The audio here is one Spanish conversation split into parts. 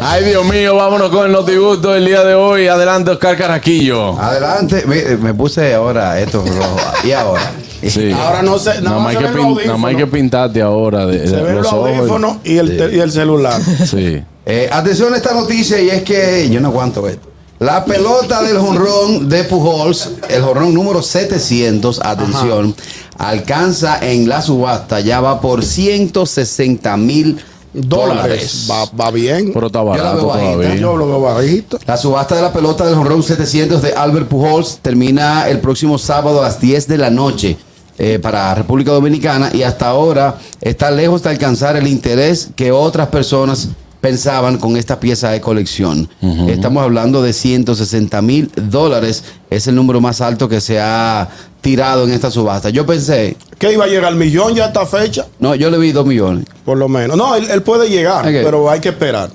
Ay, Dios mío, vámonos con el notigusto del día de hoy. Adelante, Oscar Carraquillo. Adelante, me, me puse ahora esto rojo. ¿Y ahora? Sí. Ahora no sé, nada Nada más más hay se que ven los pin- nada más hay que audífonos. pintarte ahora. De, de Se ven los los ojos. audífonos y el, te- y el celular. Sí. Eh, atención a esta noticia y es que yo no aguanto esto. La pelota del jonrón de Pujols, el jonrón número 700, atención, alcanza en la subasta, ya va por 160 mil Dólares. dólares. Va, va bien. Pero está Yo la barato veo bajita, todavía. Yo lo veo bajito. La subasta de la pelota del jonrón 700 de Albert Pujols termina el próximo sábado a las 10 de la noche eh, para República Dominicana y hasta ahora está lejos de alcanzar el interés que otras personas pensaban con esta pieza de colección. Estamos hablando de 160 mil dólares, es el número más alto que se ha tirado en esta subasta. Yo pensé, Que iba a llegar al millón ya a esta fecha, no, yo le vi 2 millones. por lo menos. No, él, él puede llegar, Ok. pero hay que esperar.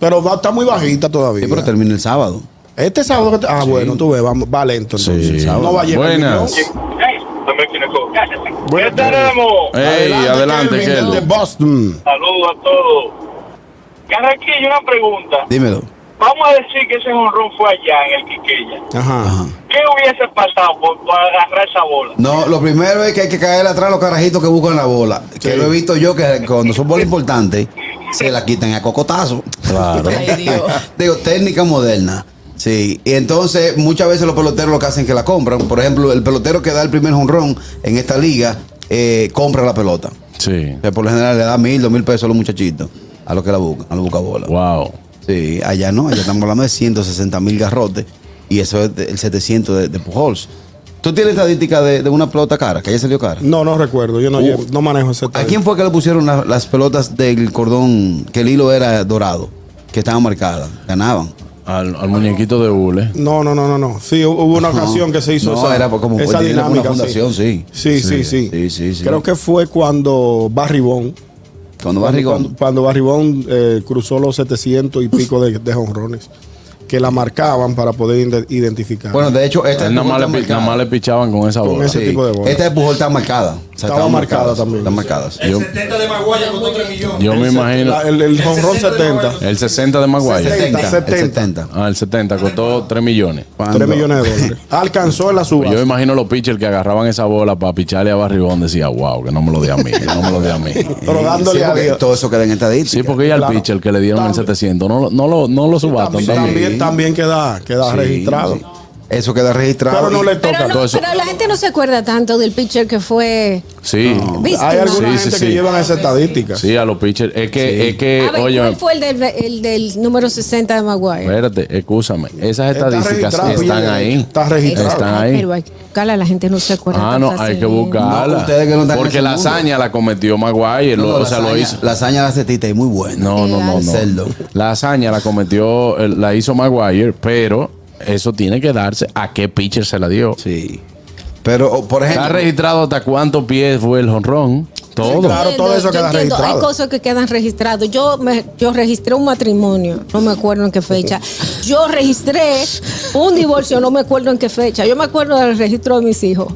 Pero va- está muy bajita todavía. Sí, pero termina el sábado. este sábado. que te- Ah, bueno, tú ves, va, va lento entonces. Sí. No va a llegar. al Buenas. millón. Hey, I'm making a call. ¿Qué Buenas. Eh. tenemos? Ey, adelante, Kelvin, el de Kelvin. Boston. Saludos a todos. Carraquillo, una pregunta. Dímelo. Vamos a decir que ese honrón fue allá en el Quiqueya. Ajá. Ajá. ¿Qué hubiese pasado por, por agarrar esa bola? No, lo primero es que hay que caer atrás a los carajitos que buscan la bola. Que Sí. lo he visto yo que cuando son bolas importantes, se la quitan a cocotazo. Claro. Ay, Dios. Digo, técnica moderna. Sí, y entonces muchas veces los peloteros lo que hacen es que la compran. Por ejemplo, el pelotero que da el primer jonrón en esta liga eh, compra la pelota. Sí. O sea, por lo general le da mil, dos mil pesos a los muchachitos, a los que la buscan, a los buscabolas. Wow. Sí, allá no, allá estamos hablando de 160 mil garrotes y eso es de- el 700 de, de Pujols. ¿Tú tienes estadística de, de una pelota cara, que haya salió cara? No, no recuerdo. Yo no, Uh. llevo- no manejo ese ¿A tema. quién fue que le pusieron la- las pelotas del cordón, que el hilo era dorado, que estaban marcadas? Ganaban. Al, al muñequito de Ule. No, no, no, no, no. Sí, hu- hubo una Ajá. ocasión que se hizo No, esa, era por- como esa por- tenía dinámica. una fundación, sí. Sí, sí, sí. Sí, sí, sí. Creo que fue cuando Barribón. Cuando va Cuando, Rigón. cuando Barribón eh, cruzó los 700 y pico de, de jonrones. Que la marcaban para poder inde- identificar. Bueno, de hecho, esta Nada más, Pujol le, pi- está nada más marcada. le pichaban con esa Con bola. ese- tipo de bola. Esta de Pujol está marcada. O sea, Estaba estaban marcada marcadas, también. Están marcadas. Yo, yo me imagino. La- el, el jonrón 70. El 60 de Maguire. 70, El 70. Ah, el 70 costó 3 millones. Cuando- 3 millones de dólares. Alcanzó en la Pues suba. yo me imagino los pitchers que agarraban esa bola para picharle a Barribón. Decía, wow, que no me lo dé a mí. Que no me lo dé a mí. Pero dándole Sí, a porque Dios. Todo eso queda en estadística. Sí, porque ya el Claro. pitcher que le dieron el También. 700 no, lo- no, lo, no lo subastan También, también. también, también queda, queda Sí, registrado. sí. Eso queda registrado. Pero no y- le Pero, toca. no, todo eso. pero la gente no se acuerda tanto del pitcher que fue. Sí. Víctima. Hay alguna Sí, sí, gente sí. que llevan esa estadística. Sí, a los pitchers. Es que, es que A ver, Eh, oye, ah, ¿cuál fue el del, el del número 60 de Maguire? espérate, escúchame. Está Esas estadísticas registrado, están oye, ahí. está registrado. Ay, Están ahí. Este, Pero hay, Carla, la gente no se acuerda. Ah, tan no, hay que fácilmente. No, buscarla. ustedes que no están en Porque ese la mundo. hazaña la cometió Maguire. lo- No, o sea, la lo hazaña- hizo. La hazaña de la cetita es muy buena. No, no, no, no. Cerdo. La hazaña la cometió, eh, la hizo Maguire, pero eso tiene que darse a qué pitcher se la dio. Sí. Pero, o, por Está ejemplo, registrado hasta cuántos pies fue el jonrón. Todo. Claro, todo eso Yo queda entiendo, Hay registrado. cosas que quedan registradas. Yo me, yo registré un matrimonio, no me acuerdo en qué fecha. Yo registré un divorcio, no me acuerdo en qué fecha. Yo me acuerdo del registro de mis hijos.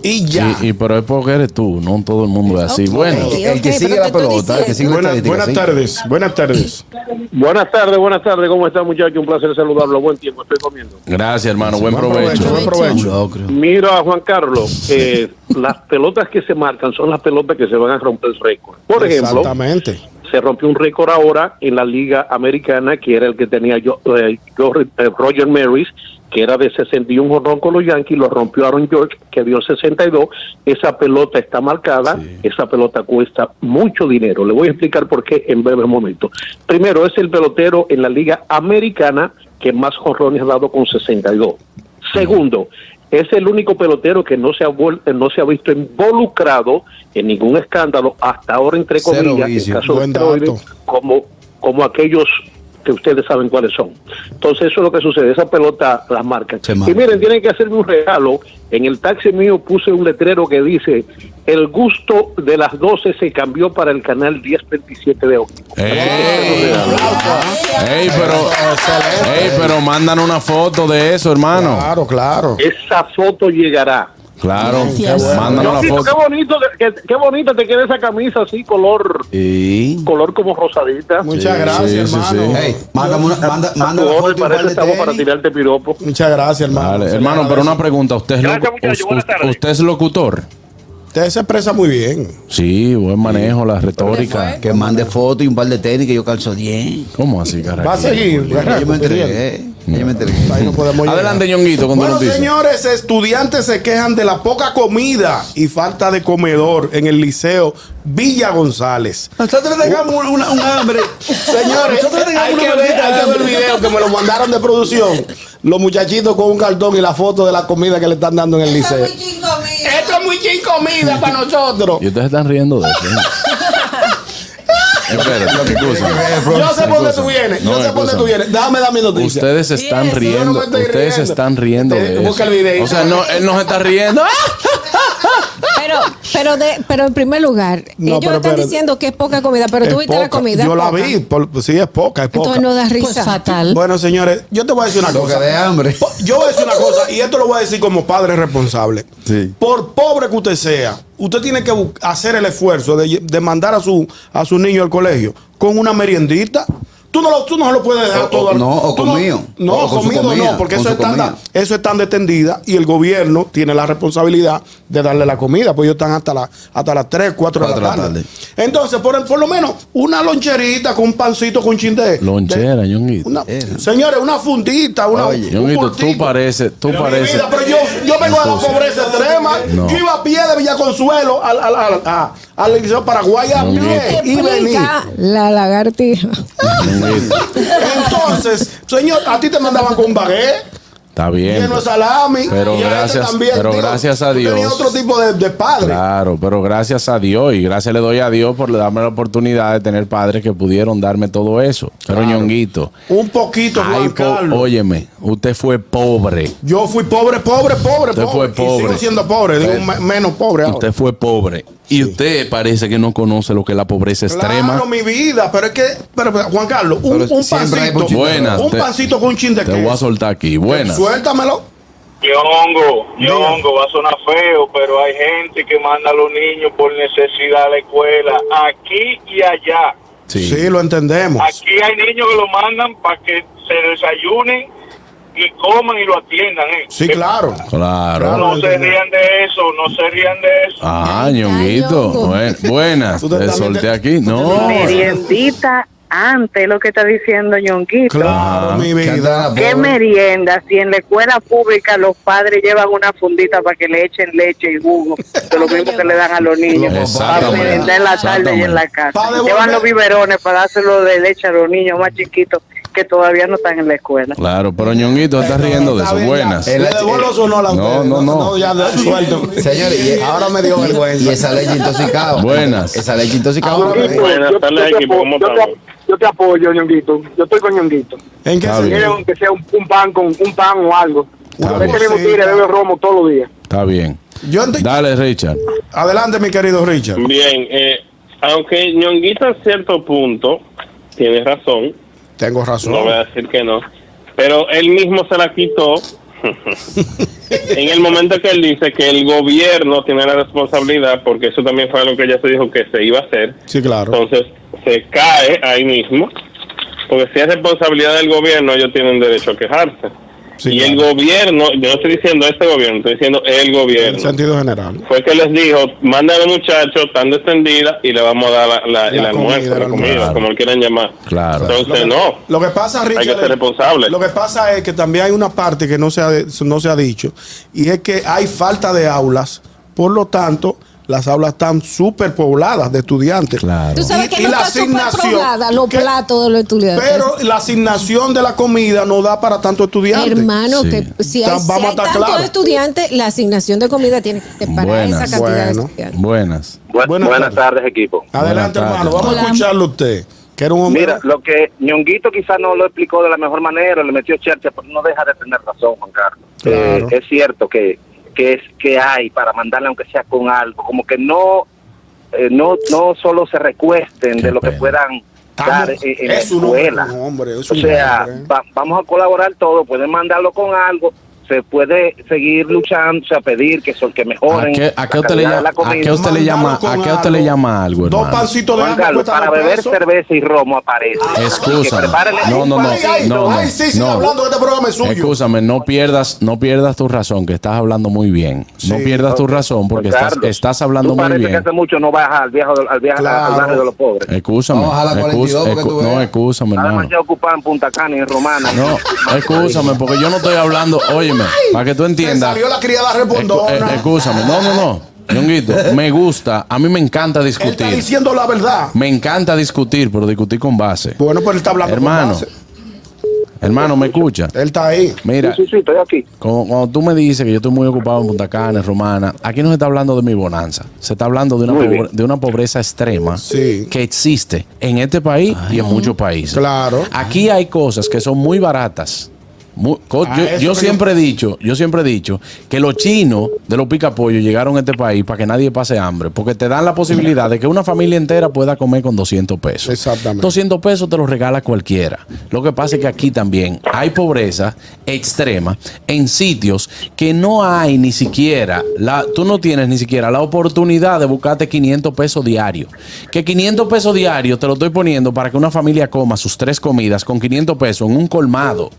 Y ya. Y, y- pero es porque eres tú, no todo el mundo es así. Ok. Bueno, Sí, el que ok, pero sigue la te estoy pelota, el que sigue diciendo. la Buenas, estadística. buenas sí. tardes. Buenas tardes. Buenas tardes, buenas tardes. ¿Cómo están, muchachos? Un placer saludarlo. Buen tiempo, estoy comiendo. gracias hermano, buen Buen provecho, provecho. buen provecho. Locro. Miro a Juan Carlos. eh, las pelotas que se marcan son las pelotas que se van a romper el récord. Por ejemplo, Exactamente. se rompió un récord ahora en la Liga Americana, que era el que tenía yo, eh, yo- eh, Roger Maris, que era de 61 jorrón con los Yankees, lo rompió Aaron George, que dio 62. Esa pelota está marcada, esa pelota cuesta mucho dinero. Le voy a explicar por qué en breve momento. Primero, es el pelotero en la Liga Americana que más jorrones ha dado con 62. Segundo, es el único pelotero que no se ha, vuel- no se ha visto involucrado en ningún escándalo hasta ahora, entre Cero comillas, en vicio. caso Buen de esteroides, dato. como, como aquellos que ustedes saben cuáles son. Entonces eso es lo que sucede, esa pelota las marcan. Se y marca. miren, tienen que hacerme un regalo. En el taxi mío puse un letrero que dice, el gusto de las 12 se cambió para el canal 1027 de hoy. ¡Ey! ¡Ey, pero, ey, pero mandan una foto de eso, hermano! Claro, claro. Esa foto llegará. Claro, Gracias. mandan Yo una siento qué foto. bonito, que- qué bonita te queda esa camisa así, color, Y- color como rosadita. Muchas Sí, gracias, sí, sí, hermano. sí. Ey, mándame una, manda, A manda tu la orden, foto y un par parece de estamos para tenis. tirarte piropo. Muchas gracias, hermano. Vale, Se le hermano, pero agradece. una pregunta. ¿Usted es, Gracias, locu- muchachos, us- buenas tardes. usted es locutor? Usted se expresa muy bien. Sí, buen manejo, la retórica. Que mande foto y un par de tenis que yo calzo 10. ¿Cómo así, carajo? Va a seguir. Yo me entregué. Yo me entregué. Ahí no podemos llegar. Adelante, Ñonguito, con tu Bueno, noticia. señores, estudiantes se quejan de la poca comida y falta de comedor en el liceo Villa González. Nosotros tengamos un, una- un hambre. Señores, hay que, ver, hay que ver el video que me lo mandaron de producción. Los muchachitos con un cartón y la foto de la comida que le están dando en el liceo. Esto es muy chin comida para nosotros. Y ustedes están riendo de eso. ¿eh? Espérate, excusa. Yo sé por dónde tú vienes. No, Yo sé por dónde excusa. tú vienes. Déjame dar mi noticia. Ustedes están Yo no riendo. me estoy Ustedes riendo. están riendo de Ustedes- eso. busca el videíto. O sea, no, él no se está riendo. ¡Ah! Pero, pero, de, pero en primer lugar, No, ellos están pero espérate. diciendo que es poca comida, pero Es tú viste la poca. comida. Yo es la poca. vi. por- sí, es poca, es poca. Entonces no das risa. Pues fatal. Bueno, señores, yo te voy a decir una Loca cosa. de hambre. Po- Yo voy a decir una cosa, y esto lo voy a decir como padre responsable. Sí. Por pobre que usted sea, usted tiene que bu- hacer el esfuerzo de, lle- de mandar a su, a su niño al colegio con una meriendita. Tú no lo, tú no lo puedes dejar O- o- todo. al- no, o tú no- comido. No, O con su comido comida, no, porque con eso su es, tanda, comida. eso es tanda extendida y el gobierno tiene la responsabilidad de darle la comida, pues ellos están hasta, la, hasta las 3, 4 de la Cuatro de la tarde. tarde. Entonces, por, el- por lo menos una loncherita con un pancito, con un chin de- de, Lonchera, Ñonguito. una- Era. señores, una fundita, una, Oye, Ñonguito, tú bultico. pareces, tú Pero mi pareces. vida, pero yo, yo vengo de la Entonces- pobreza extrema. No. Yo iba a pie de Villaconsuelo al, al, al, a- al Liceo Paraguay a Ñonguito. pie y vení. Explica la lagartija. pues, Ñonguito. Entonces, señor, a ti te mandaban con baguette. Está bien. pues, Lleno de salami. Pero y a este gracias- pero gracias a tú tenías Dios. otro tipo de, de padre. Claro, pero gracias a Dios y gracias le doy a Dios por darme la oportunidad de tener padres que pudieron darme todo eso. Pero Ñonguito, Un poquito, Juan ay, po- Carlos. óyeme, usted fue pobre. Yo fui pobre, pobre, pobre, Usted fue pobre. Y pobre. Pues, sigo siendo pobre, digo, me- menos pobre ahora. Usted fue pobre. Y usted parece que no conoce lo que es la pobreza extrema. Claro, mi vida, pero es que, pero, pero, Juan Carlos, un, Pero un siempre hay pancito, puchito. Buenas. un te- pancito con un chin de Te voy a soltar aquí. Buenas. Suéltamelo. Ñongo, Ñongo, va a sonar feo, pero hay gente que manda a los niños por necesidad a la escuela, aquí y allá. Sí, Sí. lo entendemos. Aquí hay niños que lo mandan para que se desayunen y coman y lo atiendan. ¿eh? Sí, Que claro. Claro. Claro. No se rían de eso, no se rían de eso. Ah, Ay, Ñonguito. Ñongo. Buen- buenas. Tú te- Te también solté te- aquí. No. Meriendita antes, lo que está diciendo Ñonguito. Claro, Ah, mi Que anda vida. la ¿Qué pobre. merienda? Si en la escuela pública los padres llevan una fundita para que le echen leche y jugo, de lo mismo que le dan a los niños. Para Exactamente. merendar en la tarde y en la Pa' casa. devolver- Llevan los biberones para dárselo de leche a los niños más chiquitos que todavía no están en la escuela. Claro, pero Ñonguito está riendo de Está bien, eso. Eh. ya. Buenas. eh, ¿Le devuelvo su honor a No, ustedes? no, no. ya, de- suelto. Señores, y- ahora me dio y- vergüenza. Y esa leche intoxicada. Buenas. Esa leche intoxicada. Ah, Ahora me me- pues. dio- Buenas yo, tardes, yo te equipo, apo- yo ¿cómo te, estamos? ap- yo te apoyo, ñonguito. Yo estoy con ñonguito. ¿En qué Está sentido? Miren, bien. aunque sea un, un pan con un pan o algo. Está Este bien. mismo tigre bebe romo todos los días. Está bien. Yo ent- Dale, Richard. Adelante, mi querido Richard. Bien, eh, aunque Ñonguito a cierto punto tiene razón, Tengo razón. no voy a decir que no, pero él mismo se la quitó en el momento que él dice que el gobierno tiene la responsabilidad, porque eso también fue lo que ya se dijo que se iba a hacer, Sí, claro. entonces se cae ahí mismo, porque si es responsabilidad del gobierno, ellos tienen derecho a quejarse. Sí, y el claro. gobierno, yo no estoy diciendo este gobierno, estoy diciendo el En gobierno sentido general. fue que les dijo, manda a los muchachos tan descendida y le vamos a dar la, la- La el almuerzo, comida, la el comida, almuerzo. como lo quieran llamar. Claro. Entonces, Lo que- no. Lo que pasa, Richard, que ser es- responsable. Lo que pasa es que también hay una parte que no se ha, de- no se ha dicho y es que hay falta de aulas. Por lo tanto, las aulas están superpobladas de estudiantes. Claro. Tú sabes Y- que y no la está asignación, superprobada los ¿qué? platos de los estudiantes. Pero la asignación de la comida no da para tanto estudiante. Hermano, Sí. que si Ta- hay, vamos si a hay estar tantos claros. estudiantes, la asignación de comida tiene que ser para Buenas. esa cantidad Bueno. de estudiantes. Buenas. Buenas buenas tardes, equipo. Adelante, Buenas hermano. tardes. Vamos a Hola. escucharlo a usted. Que era un hombre. Mira, lo que Ñonguito quizás no lo explicó de la mejor manera, le metió chercha, pero no deja de tener razón, Juan Carlos. Claro. Eh, es cierto que, que es que hay para mandarle aunque sea con algo, como que no eh, no no solo se recuesten Qué de lo pena. que puedan dar en, Estamos- en la es un hombre, escuela. un hombre, es o un sea, hombre. ¿eh? va- vamos a colaborar todos, pueden mandarlo con algo, se puede seguir luchando, o sea, pedir que son que mejoren. ¿A qué, a la qué usted le calidad de llama, la a comida. qué usted le llama, Mandarlo con a qué usted le algo. llama algo, Dos hermano? pancitos de Juan hambre Carlos, cuesta para dos beber pesos. cerveza y romo aparece. Así que Excúsame. prepárenle No, no, un no. Ay, ay, no, ay, sí, sigue no. hablando que este programa es suyo. Escúchame, no pierdas, no pierdas tu razón, que estás hablando muy bien. No Sí. pierdas tu razón porque estás, Ricardo, estás hablando tú muy parece que bien. hace mucho no bajas al viejo al viejo Claro. al barrio de los pobres. Excúsame. Vamos a la excu- 42 porque excu- tú no, veas. excúsame, Nada más hermano. ya ocupan en Punta Cana y en Romana. No, excúsame, porque yo no estoy hablando. Óyeme, para que tú Te entiendas. salió la criada Escu- eh, respondona. Excúsame. No, no, no. Ñonguito, me gusta. A mí me encanta Él está discutir. diciendo la verdad. Me encanta discutir, pero discutir con base. Bueno, pero él está hablando con Hermano, base. hermano, me escucha. Él está ahí. Mira, Sí, sí, estoy aquí. Como- cuando tú me dices que yo estoy muy ocupado en Punta Cana, en Romana, aquí no se está hablando de mi bonanza, se está hablando de una, Muy pobre- bien. de una pobreza extrema Sí. que existe en este país y en muchos países. Claro. Aquí hay cosas que son muy baratas. Mu- co- Ah, yo eso yo que siempre he dicho, yo siempre he dicho que los chinos de los picapollos llegaron a este país para que nadie pase hambre, porque te dan la posibilidad de que una familia entera pueda comer con 200 pesos. Exactamente. 200 pesos te los regala cualquiera. Lo que pasa es que aquí también hay pobreza extrema en sitios que no hay ni siquiera, la, tú no tienes ni siquiera la oportunidad de buscarte 500 pesos diarios. Que 500 pesos diarios te lo estoy poniendo para que una familia coma sus tres comidas con 500 pesos en un colmado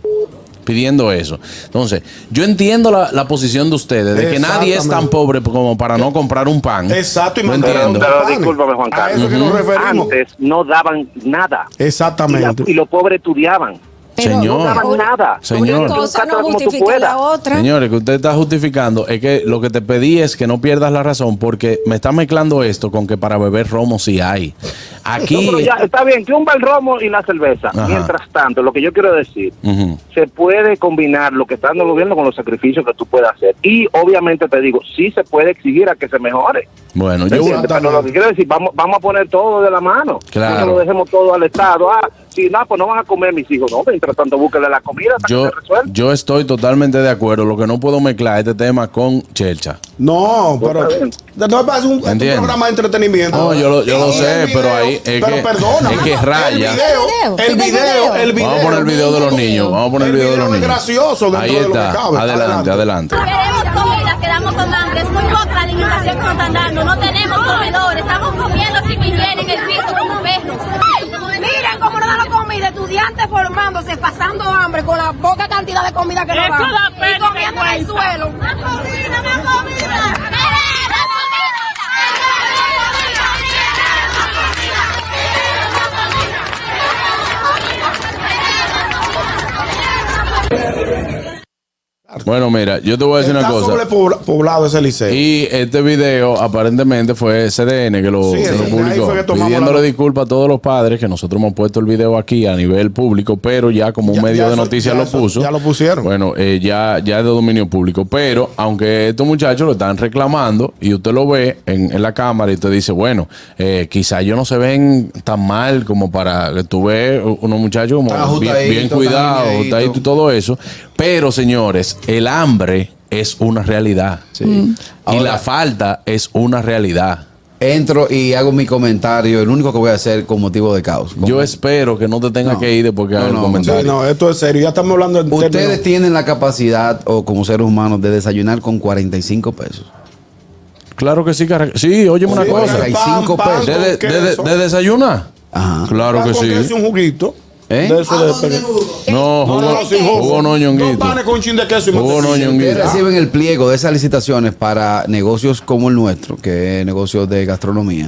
pidiendo eso. Entonces, yo entiendo la, la posición de ustedes, de que nadie es tan Exactamente. pobre como para no comprar un pan. Exacto, y no mandar a entiendo. comprar Pero pan. discúlpame, Juan A eso Carlos. que nos referimos. Antes no daban nada. Y, la- Exactamente. y los pobres estudiaban. Señor. no daban una- nada. Señor. Una cosa Trata no como tú justifica puedas. la otra. Señores, que usted está justificando es que lo que te pedí es que no pierdas la razón porque me está mezclando esto con que para beber romo sí hay. No, Aquí... pero ya, está bien, triunfa el romo y la cerveza. Ajá. Mientras tanto, lo que yo quiero decir, Ujú. se puede combinar lo que está dando el gobierno con los sacrificios que tú puedas hacer. Y obviamente te digo, sí se puede exigir a que se mejore. Bueno, ¿Me yo... entiendes? Pero lo que quiero decir, vamos, vamos a poner todo de la mano. Claro. No lo dejemos todo al Estado. Ah, si no, pues no van a comer mis hijos. No, mientras tanto, búsquenle la comida hasta Yo, que se resuelva. yo estoy totalmente de acuerdo. Lo que no puedo mezclar este tema con Chelcha. No, pero Está bien. no es un, es un Entiendo. programa de entretenimiento. No, yo lo- yo lo Y el sé, pero ahí es pero que- perdona, es que raya. El video, el Pide el video, video. el video. Vamos a poner el video de los niños. Vamos a poner el El video de video los es niños. gracioso dentro Ahí de lo que está. cabe. Adelante, adelante. Queremos comida, quedamos con hambre. Es muy poca la alimentación que nos están dando. No tenemos comedores. Estamos comiendo sin higiene en el piso como perros. Miren cómo nos dan la comida. Estudiantes formándose, pasando hambre con la poca cantidad de comida que nos dan. Y comiendo en el suelo. ¡Más comida, más comida! Bueno, mira, yo te voy a decir una Está cosa. sobrepoblado ese liceo. Y este video aparentemente fue CDN que lo, Sí, que lo sí, ahí publicó. fue que tomamos pidiéndole la- disculpas a todos los padres que nosotros hemos puesto el video aquí a nivel público, pero ya como un Ya- medio ya de eso- noticias ya lo eso- puso. ya lo pusieron. Bueno, eh, ya, ya es de dominio público. Pero aunque estos muchachos lo están reclamando y usted lo ve en, en la cámara y te dice, bueno, eh, quizás ellos no se ven tan mal como para que tú ves unos muchachos como Están bien, ajustaditos, bien están cuidados, alineaditos. ajustaditos y todo eso. Pero señores, el hambre es una realidad. Y Ahora- la falta es una realidad. Entro y hago mi comentario, el único que voy a hacer con motivo de caos. Con- Yo espero que no te tenga No. que ir después que No, haga el no, Sí, comentario. no, esto es serio. Ya estamos hablando en Ustedes términos- tienen la capacidad, o como seres humanos, de desayunar con 45 pesos. Claro que sí, carra- Sí, óyeme una Sí, cosa. pan, 45 pesos. pan ¿De, con de, de- queso. de desayunar? Ajá. Claro Pan que con queso y sí. un juguito. ¿Eh? De eso de pe- No, No, jugo, no, sin jugo. jugo no, Dos ñonguito. panes con un chin de queso y Jugo no, mantequilla. ñonguito. Ah, Ustedes reciben el pliego de esas licitaciones para negocios como el nuestro, que es negocio de gastronomía,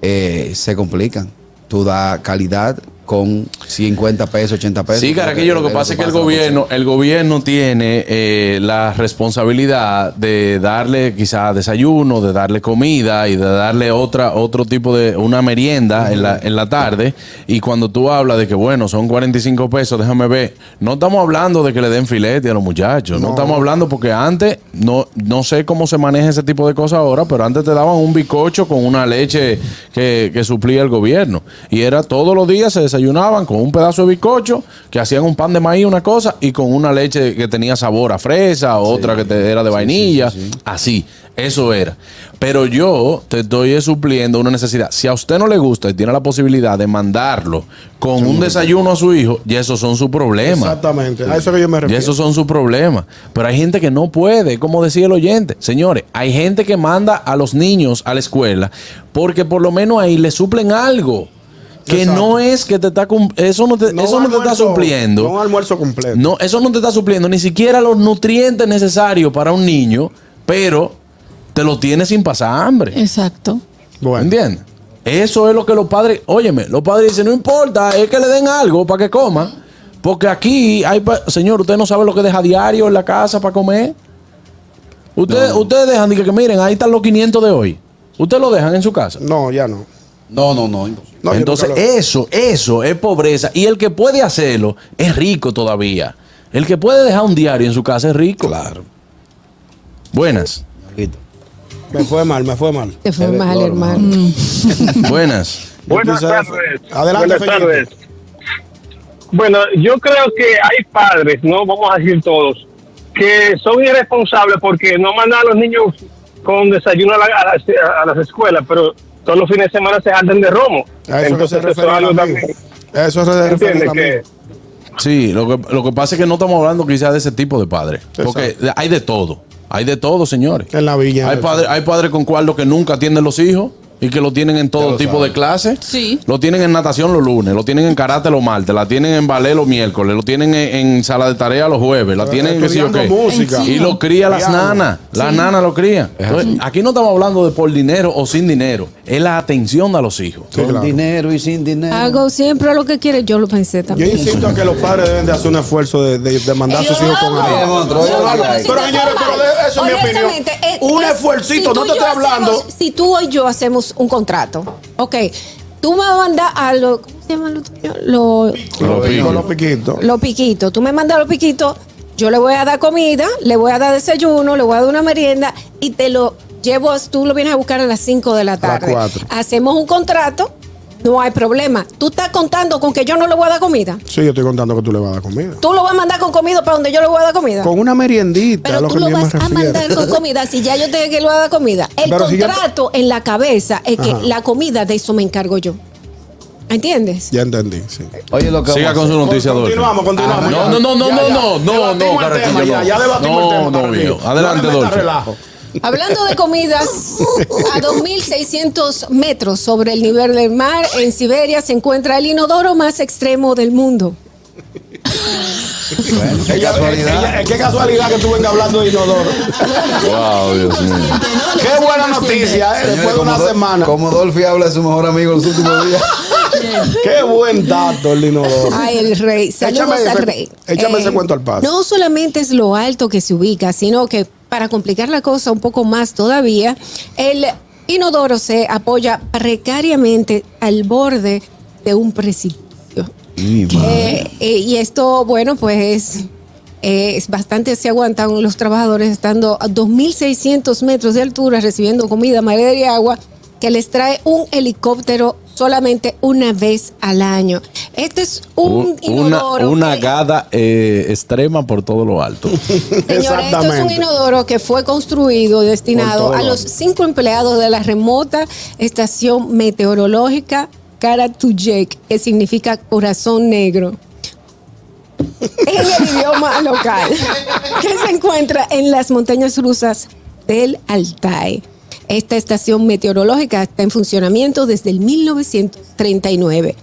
eh, se complican. Tú das calidad, con 50 pesos, 80 pesos. Sí, Caraquillo, lo que Pues, pasa es que el gobierno, el gobierno tiene eh, la responsabilidad de darle quizás desayuno, de darle comida y de darle otra, otro tipo de, una merienda en, la, en la tarde. Y cuando tú hablas de que, bueno, son 45 pesos, déjame ver, no estamos hablando de que le den filete a los muchachos, no, estamos hablando porque antes, no, no sé cómo se maneja ese tipo de cosas ahora, pero antes te daban un bicocho con una leche que, que suplía el gobierno. Y era todos los días se desayunaban con un pedazo de bizcocho, que hacían un pan de maíz, una cosa, y con una leche que tenía sabor a fresa, otra que te- era de vainilla, así. Eso era. Pero yo te estoy supliendo una necesidad. Si a usted no le gusta y tiene la posibilidad de mandarlo con un desayuno a su hijo, ya esos son sus problemas. Exactamente. A eso que yo me Y refiero. esos son sus problemas. Pero hay gente que no puede, como decía el oyente. Señores, hay gente que manda a los niños a la escuela porque por lo menos ahí le suplen algo. Que Exacto. no es que te está cum- eso no te, No eso no te está almuerzo- supliendo. no un almuerzo completo. No, eso no te está supliendo ni siquiera los nutrientes necesarios para un niño, pero te lo tienes sin pasar hambre. Exacto. Bueno. ¿Entiendes? Eso es lo que los padres, óyeme, los padres dicen, no importa, es que le den algo para que coma, porque aquí hay, pa- señor, usted no sabe lo que deja diario en la casa para comer. Usted, Ustedes dejan, diga que miren, ahí están los 500 de hoy. Ustedes lo dejan en su casa. No, ya no. No, no, no, imposible. No, yo Entonces, nunca lo- eso, eso es pobreza. Y el que puede hacerlo es rico todavía. El que puede dejar un diario en su casa es rico. Claro. Buenas. Me fue mal, me fue mal. Te fue Debe- mal, no, hermano. Mm. Buenas. Buenas Yo quise- tardes. Adelante, Buenas Fellito. tardes. Bueno, yo creo que hay padres, no vamos a decir todos, que son irresponsables porque no mandan a los niños con desayuno a, la- a las, a las escuelas, pero todos los fines de semana se andan de romo. A eso que se Entonces, eso es refiere el algo amigo. también. A Eso se refiere el ¿Entiendes? Que, amigo. Sí, lo que, lo que pasa es que no estamos hablando quizás de ese tipo de padres. Porque hay de todo. Hay de todo, señores. En la villa. Hay padres hay padres con cuartos que nunca atienden los hijos y que lo tienen en todo tipo de clases. Sí. Lo tienen en natación los lunes, lo tienen en karate los martes, la tienen en ballet los miércoles, lo tienen en, en sala de tarea los jueves, la tienen que sí o estudiando qué. música. En Y lo cría las Criado. nanas. Las nanas lo crían. Entonces, aquí no estamos hablando de por dinero o sin dinero. Es la atención a los hijos. Sí, Con claro. dinero y sin dinero. Hago siempre lo que quiere, yo lo pensé Yo también. insisto en que los padres deben de hacer un esfuerzo de, de- de mandar a sus hijos con hago. algo. otro, Yo otro, hago, otro. si Pero, te señores, salva. pero de- eso es mi opinión. Honestamente, eh, Un eh, esfuercito, tú no y te yo estoy hablando. hacemos- si tú y yo hacemos un contrato, ok, tú me vas a mandar a los. ¿Cómo se llaman los tuyos? Los Con Los piquitos. los piquitos. los piquitos. Tú me mandas los piquitos, yo le voy a dar comida, le voy a dar desayuno, le voy a dar una merienda y te lo llevo, tú lo vienes a buscar a las 5 de la tarde. cuatro. Hacemos un contrato, no hay problema. Tú estás contando con que yo no le voy a dar comida. Sí, yo estoy contando que tú le vas a dar comida. Tú lo vas a mandar con comida para donde yo le voy a dar comida. Con una meriendita, Pero a lo tú que lo yo me vas a refiero. mandar con comida si ya yo te que lo haga comida. El Pero si yo te- contrato en la cabeza es que Ajá. la comida de eso me encargo yo. ¿Entiendes? Ya entendí, sí. Oye, lo que Siga vamos a con su hacer. noticia, Dolphy. Continuamos, continuamos. No, ya. no, no, no, Ya, no, ya. no, no, no, Debatimos el Caraquillo, tema, ya, no. ya debatimos No, el tema, no, Caraquillo. viejo. Adelante, le metas Dolphy. relajo. Hablando de comidas, a 2.600 metros sobre el nivel del mar, en Siberia se encuentra el inodoro más extremo del mundo. Bueno, qué Ella- casualidad. ella- Qué casualidad que tú vengas hablando de inodoro. Wow, Dios mío. Qué buena noticia, eh, Señores, después de como una Do- semana. Como Dolphy habla de su mejor amigo los últimos días. Qué buen dato el inodoro. Ay, el rey. Saludos Échame al ese- rey. Eh, échame ese cuento al paso. No solamente es lo alto que se ubica, sino que para complicar la cosa un poco más todavía, el inodoro se apoya precariamente al borde de un precipicio. Eh, eh, y esto, bueno, pues eh, es bastante se aguantan los trabajadores estando a 2.600 metros de altura recibiendo comida, madera y agua que les trae un helicóptero solamente una vez al año. Este es un Oh, una inodoro una que- gada eh, extrema por todo lo alto. Señor, esto es un Exactamente. inodoro que fue construido y destinado Por todo a lo los alto. cinco empleados de la remota estación meteorológica Karatujek, que significa corazón negro. En el idioma local, que se encuentra en las montañas rusas del Altai. Esta estación meteorológica está en funcionamiento desde el 1939.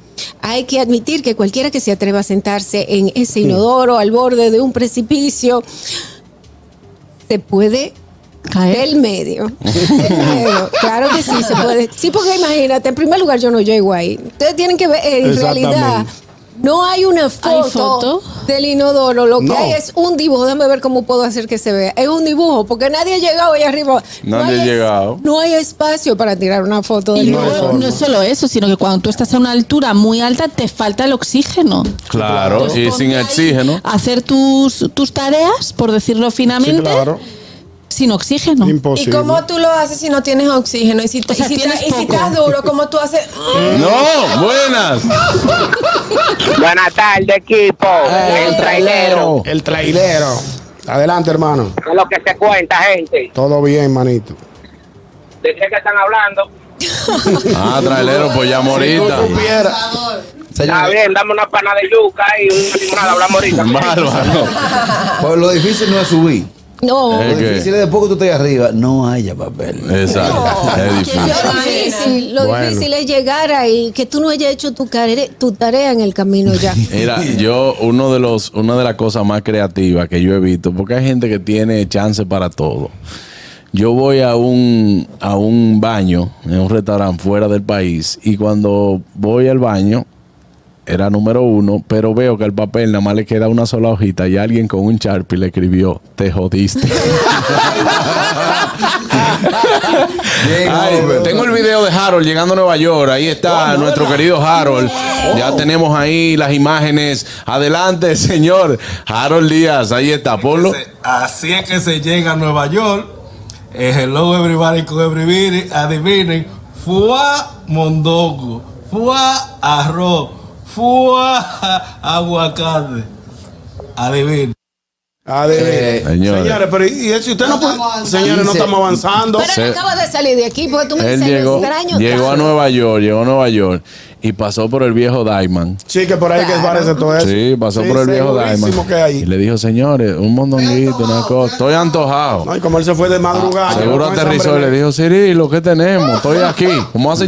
Hay que admitir que cualquiera que se atreva a sentarse en ese inodoro al borde de un precipicio, se puede Del medio. Del medio. Claro que sí, se puede. Sí, porque imagínate, en primer lugar yo no llego ahí. Ustedes tienen que ver, eh, en Exactamente. realidad, no hay una foto, foto? del inodoro. Lo que No. hay es un dibujo. Déjame ver cómo puedo hacer que se vea. Es un dibujo, porque nadie ha llegado ahí arriba. Nadie hay ha es- llegado. No hay espacio para tirar una foto del Y inodoro. luego, no es solo eso, sino que cuando tú estás a una altura muy alta te falta el oxígeno. Claro, Entonces, y ponte sin ahí oxígeno. a Hacer tus, tus tareas, por decirlo finamente, claro. sin oxígeno. ¿Y Imposible. cómo tú lo haces si no tienes oxígeno? Y si, O sea, y si tienes ta- y si poco. estás duro, ¿cómo tú haces? Eh. No, buenas. Buenas tardes, equipo. el trailero. Oh. El trailero. Adelante, hermano. Es lo que se cuenta, gente. Todo bien, manito. ¿De qué que están hablando? Ah, trailero, pues ya morita. Supiera. Está Señores, bien, dame una pana de yuca y una limonada, hablamos ahorita. Bárbaro. pues lo difícil no es subir. No. Eh, Lo Ok. difícil es después que tú estés arriba, no haya papel. Exacto. Es difícil. Lo difícil, lo Bueno. difícil es llegar ahí, que tú no hayas hecho tu, care- tu tarea en el camino ya. Mira, yo uno de los, una de las cosas más creativas que yo he visto, porque hay gente que tiene chance para todo. Yo voy a un, a un baño en un restaurante fuera del país y cuando voy al baño era número uno, pero veo que al papel nada más le queda una sola hojita y alguien con un Sharpie le escribió, te jodiste. Ay, tengo el video de Harold llegando a Nueva York. Ahí está nuestro querido Harold. Ya tenemos ahí las imágenes. Adelante, señor. Harold Díaz, ahí está. Ponlo. Así es que se llega a Nueva York. Eh, hello everybody con everybody. Adivinen. Fua mondongo. Fua arroz. Fua aguacate. Adivinen. Adivine. Eh, señores. Señores, pero y y si usted no puede- Señores, no Dice- estamos avanzando. Pero Se- me acabo de salir de aquí porque tú me Él dices llegó, lo extraño. llegó a tanto. Nueva York, llegó a Nueva York y pasó por el viejo Diamond. Sí, que por ahí que parece todo eso. Sí, pasó por el viejo segurísimo Diamond. que hay. Y le dijo, señores, un mondonguito, una cosa. Estoy antojado. No, y como él se fue de madrugada. yo Ah, Seguro con esa aterrizó y hambre le me- dijo, Cirilo, ¿qué tenemos? Estoy aquí. ¿Cómo hace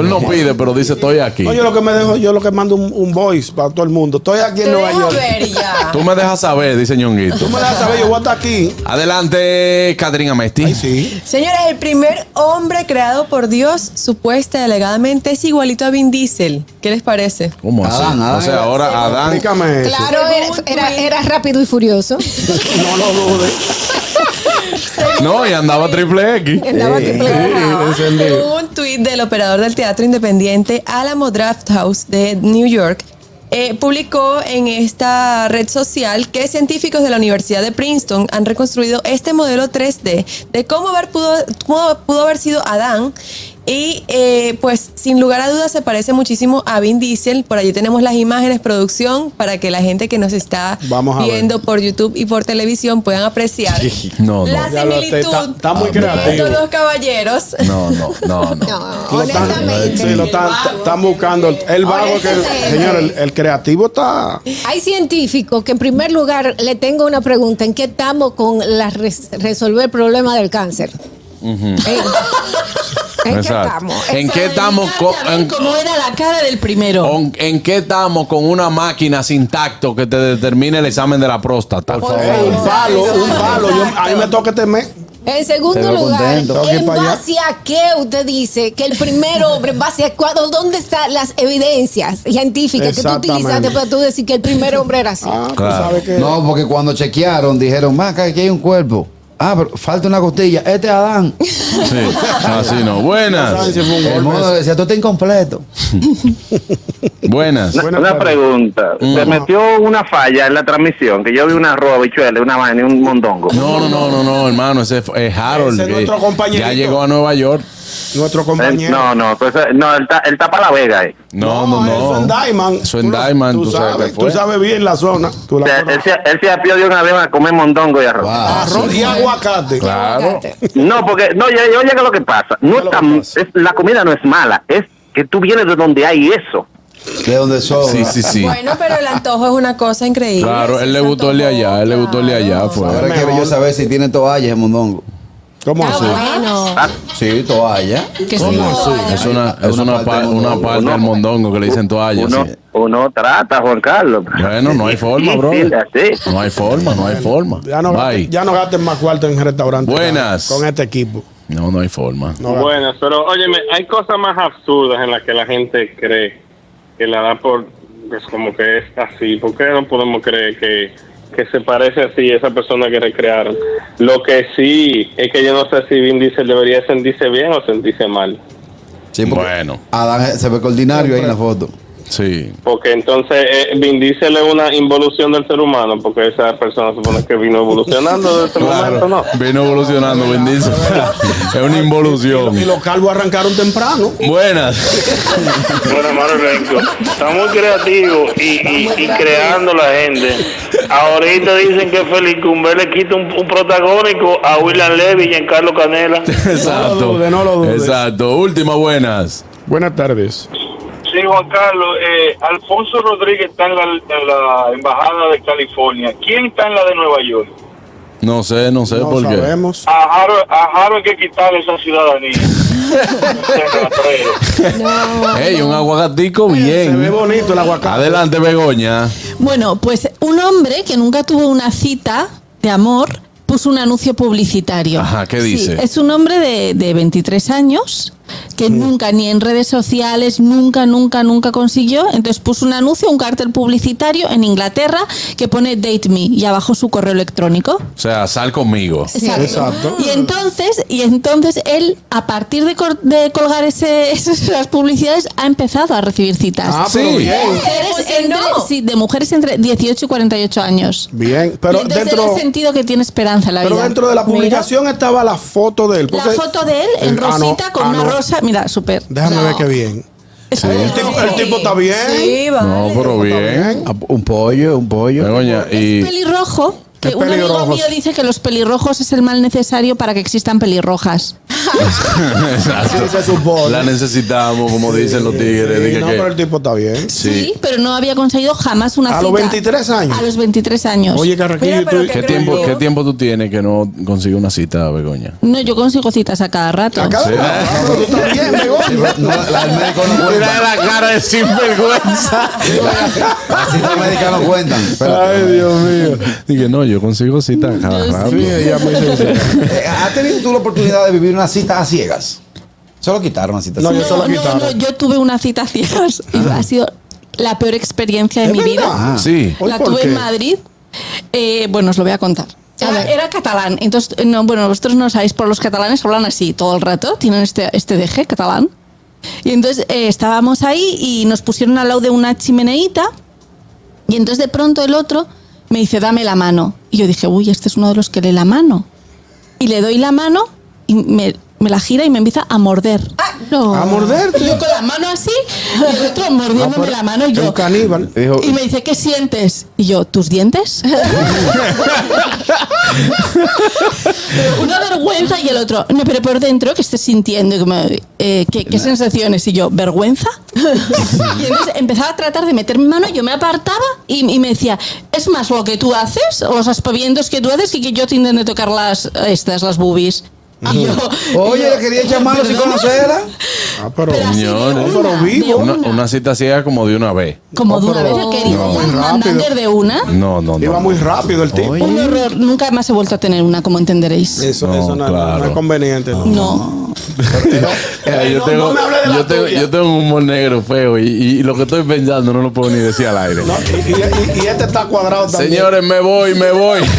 Él no pide, pero dice, estoy aquí. No, yo lo que me dejo, yo lo que mando un, un voice para todo el mundo. Estoy aquí en Te Nueva dejo York. ver ya. Tú me dejas saber, dice ñonguito. Tú me das a saber, yo voy a estar aquí. Adelante, Catrina Mesti. Sí. Señores, el primer hombre creado por Dios, supuesta alegadamente, es igualito a Vin Diesel. ¿Qué les parece? ¿Cómo así? Adán, Adán. o sea, ahora Adán. Explícame eso. Claro, era, era, era rápido y furioso. No lo dudes. No, y andaba triple X. Andaba triple X. Según un tuit del operador del teatro independiente Alamo Draft House de New York, eh, publicó en esta red social que científicos de la Universidad de Princeton han reconstruido este modelo 3D de cómo, haber pudo, cómo pudo haber sido Adán. Y eh, pues sin lugar a dudas se parece muchísimo a Vin Diesel. Por allí tenemos las imágenes, producción, para que la gente que nos está Vamos a ver. viendo por YouTube y por televisión puedan apreciar No, no. la Ya lo- similitud está- está muy de estos creativo. dos caballeros. No, no, no, no. No, Lo están- honestamente. sí, lo están, están buscando. El, el vago que. Honestamente. Señor, el, el creativo está. Hay científicos que en primer lugar le tengo una pregunta, ¿en qué estamos con la res- resolver el problema del cáncer? Eh, ¿En qué Exacto. estamos? ¿En qué estamos? co- en- ¿Cómo era la cara del primero? con- ¿En qué estamos con una máquina sin tacto que te determine el examen de la próstata? Por favor, un palo, un palo. Yo, a mí me toca este mes. En Te segundo veo lugar, contento. Tengo que ir ¿en para allá. base a qué usted dice que el primer hombre, en base a cuándo, dónde están las evidencias científicas que tú Exactamente. utilizaste para tú decir que el primer hombre era así? Ah, Claro. tú sabes que. No, porque cuando chequearon dijeron, más que aquí hay un cuerpo. Ah, pero falta una costilla. Este es Adán. Sí, así no no. saben Buenas, si fue El un golpe. mono decía, tú estás incompleto. Buenas buenas. una tardes. pregunta. Se metió una falla en la transmisión, que yo vi una arroba, bichuela, una vaina y un mondongo. No, no, no, no, no, hermano, ese es Harold. Ese es que nuestro compañerito. Ya llegó a Nueva York. Nuestro Eh, compañero. no, no, pues, eh, no, él está, él está para la vega. eh. No, no, no. Eso en Diamond. Eso en Tú lo- Diamond, Tú, sabes, que tú fue. sabes bien la zona. Tú O la sea, él, conoces. se, él se apió de una vez a comer mondongo y arroz. Arroz y aguacate. Claro. No, porque, no, yo, yo llegué a lo que pasa. No es lo está- que pasa? es- la comida no es mala, es que tú vienes de donde hay eso. De donde sobra. Sí, sí, sí. Bueno, pero el antojo es una cosa increíble. Claro, Sí, él le se gustó el de antojó, allá, él le gustó el de allá, claro. fue. Ahora quiero yo saber si tiene toallas en Mondongo. ¿Cómo Ah, así? bueno. Sí, toalla. Que sí, ¿Cómo así? toalla. Es una, es una, pa- del una mondongo. parte del mondongo que le dicen toalla. Uno, sí. uno trata, Juan Carlos. Ah, Bueno, no hay forma, bro. No hay forma, no hay forma. Ya no, Bye. ya no gasten más cuarto en restaurantes. Buenas. Con este equipo. No, no hay forma. Bueno, pero óyeme, hay cosas más absurdas en las que la gente cree que la da por pues, como que es así. ¿Por qué no podemos creer que, que se parece así esa persona que recrearon? Lo que sí es que yo no sé si Vin Diesel debería sentirse bien o sentirse mal. bueno. Adán se ve coordinario ahí en la foto. Sí. Porque entonces eh, Vin Diesel es una involución del ser humano, porque esa persona supone que vino evolucionando desde ese momento, ¿no? Vino evolucionando, Vin Diesel. Es una involución. Y los calvos arrancaron temprano. Buenas. Bueno, hermano Renko, está muy creativo y, y- y creando la gente. Ahorita dicen que Félix Cumbé le quita un, un protagónico a William Levy y a Carlos Canela. Exacto. Exacto. Última, buenas. Buenas tardes. Sí, Juan Carlos, eh, Alfonso Rodríguez está en la, en la Embajada de California. ¿Quién está en la de Nueva York? No sé, no sé por qué. A Harold, a Harold hay que quitarle esa ciudadanía. Ey, un aguacatico bien. Se ve bonito el aguacate. Adelante, Begoña. Bueno, pues un hombre que nunca tuvo una cita de amor puso un anuncio publicitario. Ajá, ¿qué Sí, dice? es un hombre de, de 23 años que nunca, ni en redes sociales, nunca, nunca, nunca consiguió. Entonces puso un anuncio, un cartel publicitario en Inglaterra que pone Date Me y abajo su correo electrónico. O sea, sal conmigo. Exacto. Y entonces, y entonces él, a partir de, cor- de colgar ese, esas publicidades, ha empezado a recibir citas. Ah, pero Sí. bien. De mujeres, entre, sí, de mujeres entre 18 y 48 años. Bien, pero Y entonces él dentro, ha sentido que tiene esperanza en la pero vida. dentro de la Mira, publicación estaba la foto de él. la porque- foto de él en Eh, ah, no, rosita con ah, una no. rosa. Mira, súper. Déjame ver qué bien. El, tipo, el tipo está bien. Sí, vale. No, pero bien. Ah, Un pollo, un pollo. Begoña, y. Pelirrojo. Es Que un amigo pelirrojos. mío dice que los pelirrojos es el mal necesario para que existan pelirrojas. Exacto. La necesitamos, como dicen los tigres. Sí, Dije no, que- pero el tipo está bien. sí. pero no había conseguido jamás una A cita. los 23 años. A los 23 años. Oye, Carraquillo, Mira, pero tú- ¿Qué tiempo, ¿Qué tiempo tú tienes que no consigues una cita, Begoña? No, yo consigo citas a cada rato. Sí. Mira la cara de sinvergüenza. Así los médicos no cuentan. Ay, Dios mío. Dije, no, yo consigo cita cada rato. Eh, ¿Has tenido tú la oportunidad de vivir una cita a ciegas? Solo quitaron una cita a No, ciegas. no, no, yo tuve una cita a ciegas y ha sido la peor experiencia de mi vida. Ah, sí. La ¿Por tuve qué? en Madrid. Eh, bueno, os lo voy a contar. Era, era catalán, entonces, eh, no, bueno, vosotros no sabéis, pero los catalanes hablan así todo el rato, tienen este, este deje catalán. Y entonces eh, estábamos ahí y nos pusieron al lado de una chimeneita y entonces de pronto el otro me dice, dame la mano. Y yo dije, uy, este es uno de los que lee la mano. Y le doy la mano y me, me la gira y me empieza a morder. Ah, ¿A morderte? Yo con la mano así y el otro mordiéndome la mano y Un yo. caníbal. Y me dice, ¿qué sientes? Y yo, ¿tus dientes? Una vergüenza y el otro, no, pero por dentro, ¿qué estés sintiendo? Y como, eh, ¿qué, qué sensaciones? Y yo, ¿vergüenza? y entonces empezaba a tratar de meter mi mano, yo me apartaba y, y me decía, es más lo que tú haces, o los aspavientos que tú haces, que, que yo te intento tocar las, estas, las boobies. Y yo- Oye, y yo, le quería echar mano sin "Perdona". conocerla. Ah, pero, Señores, de una, de Una, una. una cita ciega como de una vez. Como de una vez yo quería No. ya mandar de una. No, no, no. mm, Iba muy rápido el tipo. Un horror, nunca más he vuelto a tener una, como entenderéis. Eso, eso no, no es conveniente. Eh, No. Eh, yo, tengo, yo, tengo, yo tengo un humor negro feo y, y lo que estoy pensando no lo puedo ni decir al aire. Y, y- y este está cuadrado también. Señores, me voy, me voy.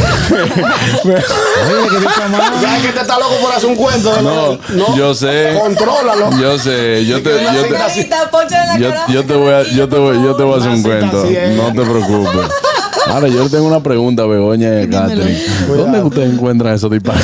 ¿Sabes que este está loco por hacer un cuento? No, yo sé. Contrólalo. Yo sé, yo te, que una yo te, cita yo, yo te voy a, yo te voy, yo te voy a hacer un cuento. No te preocupes. Ahora, yo le tengo una pregunta, Begoña y a Catherine. ¿Dónde ustedes encuentran esos disparos?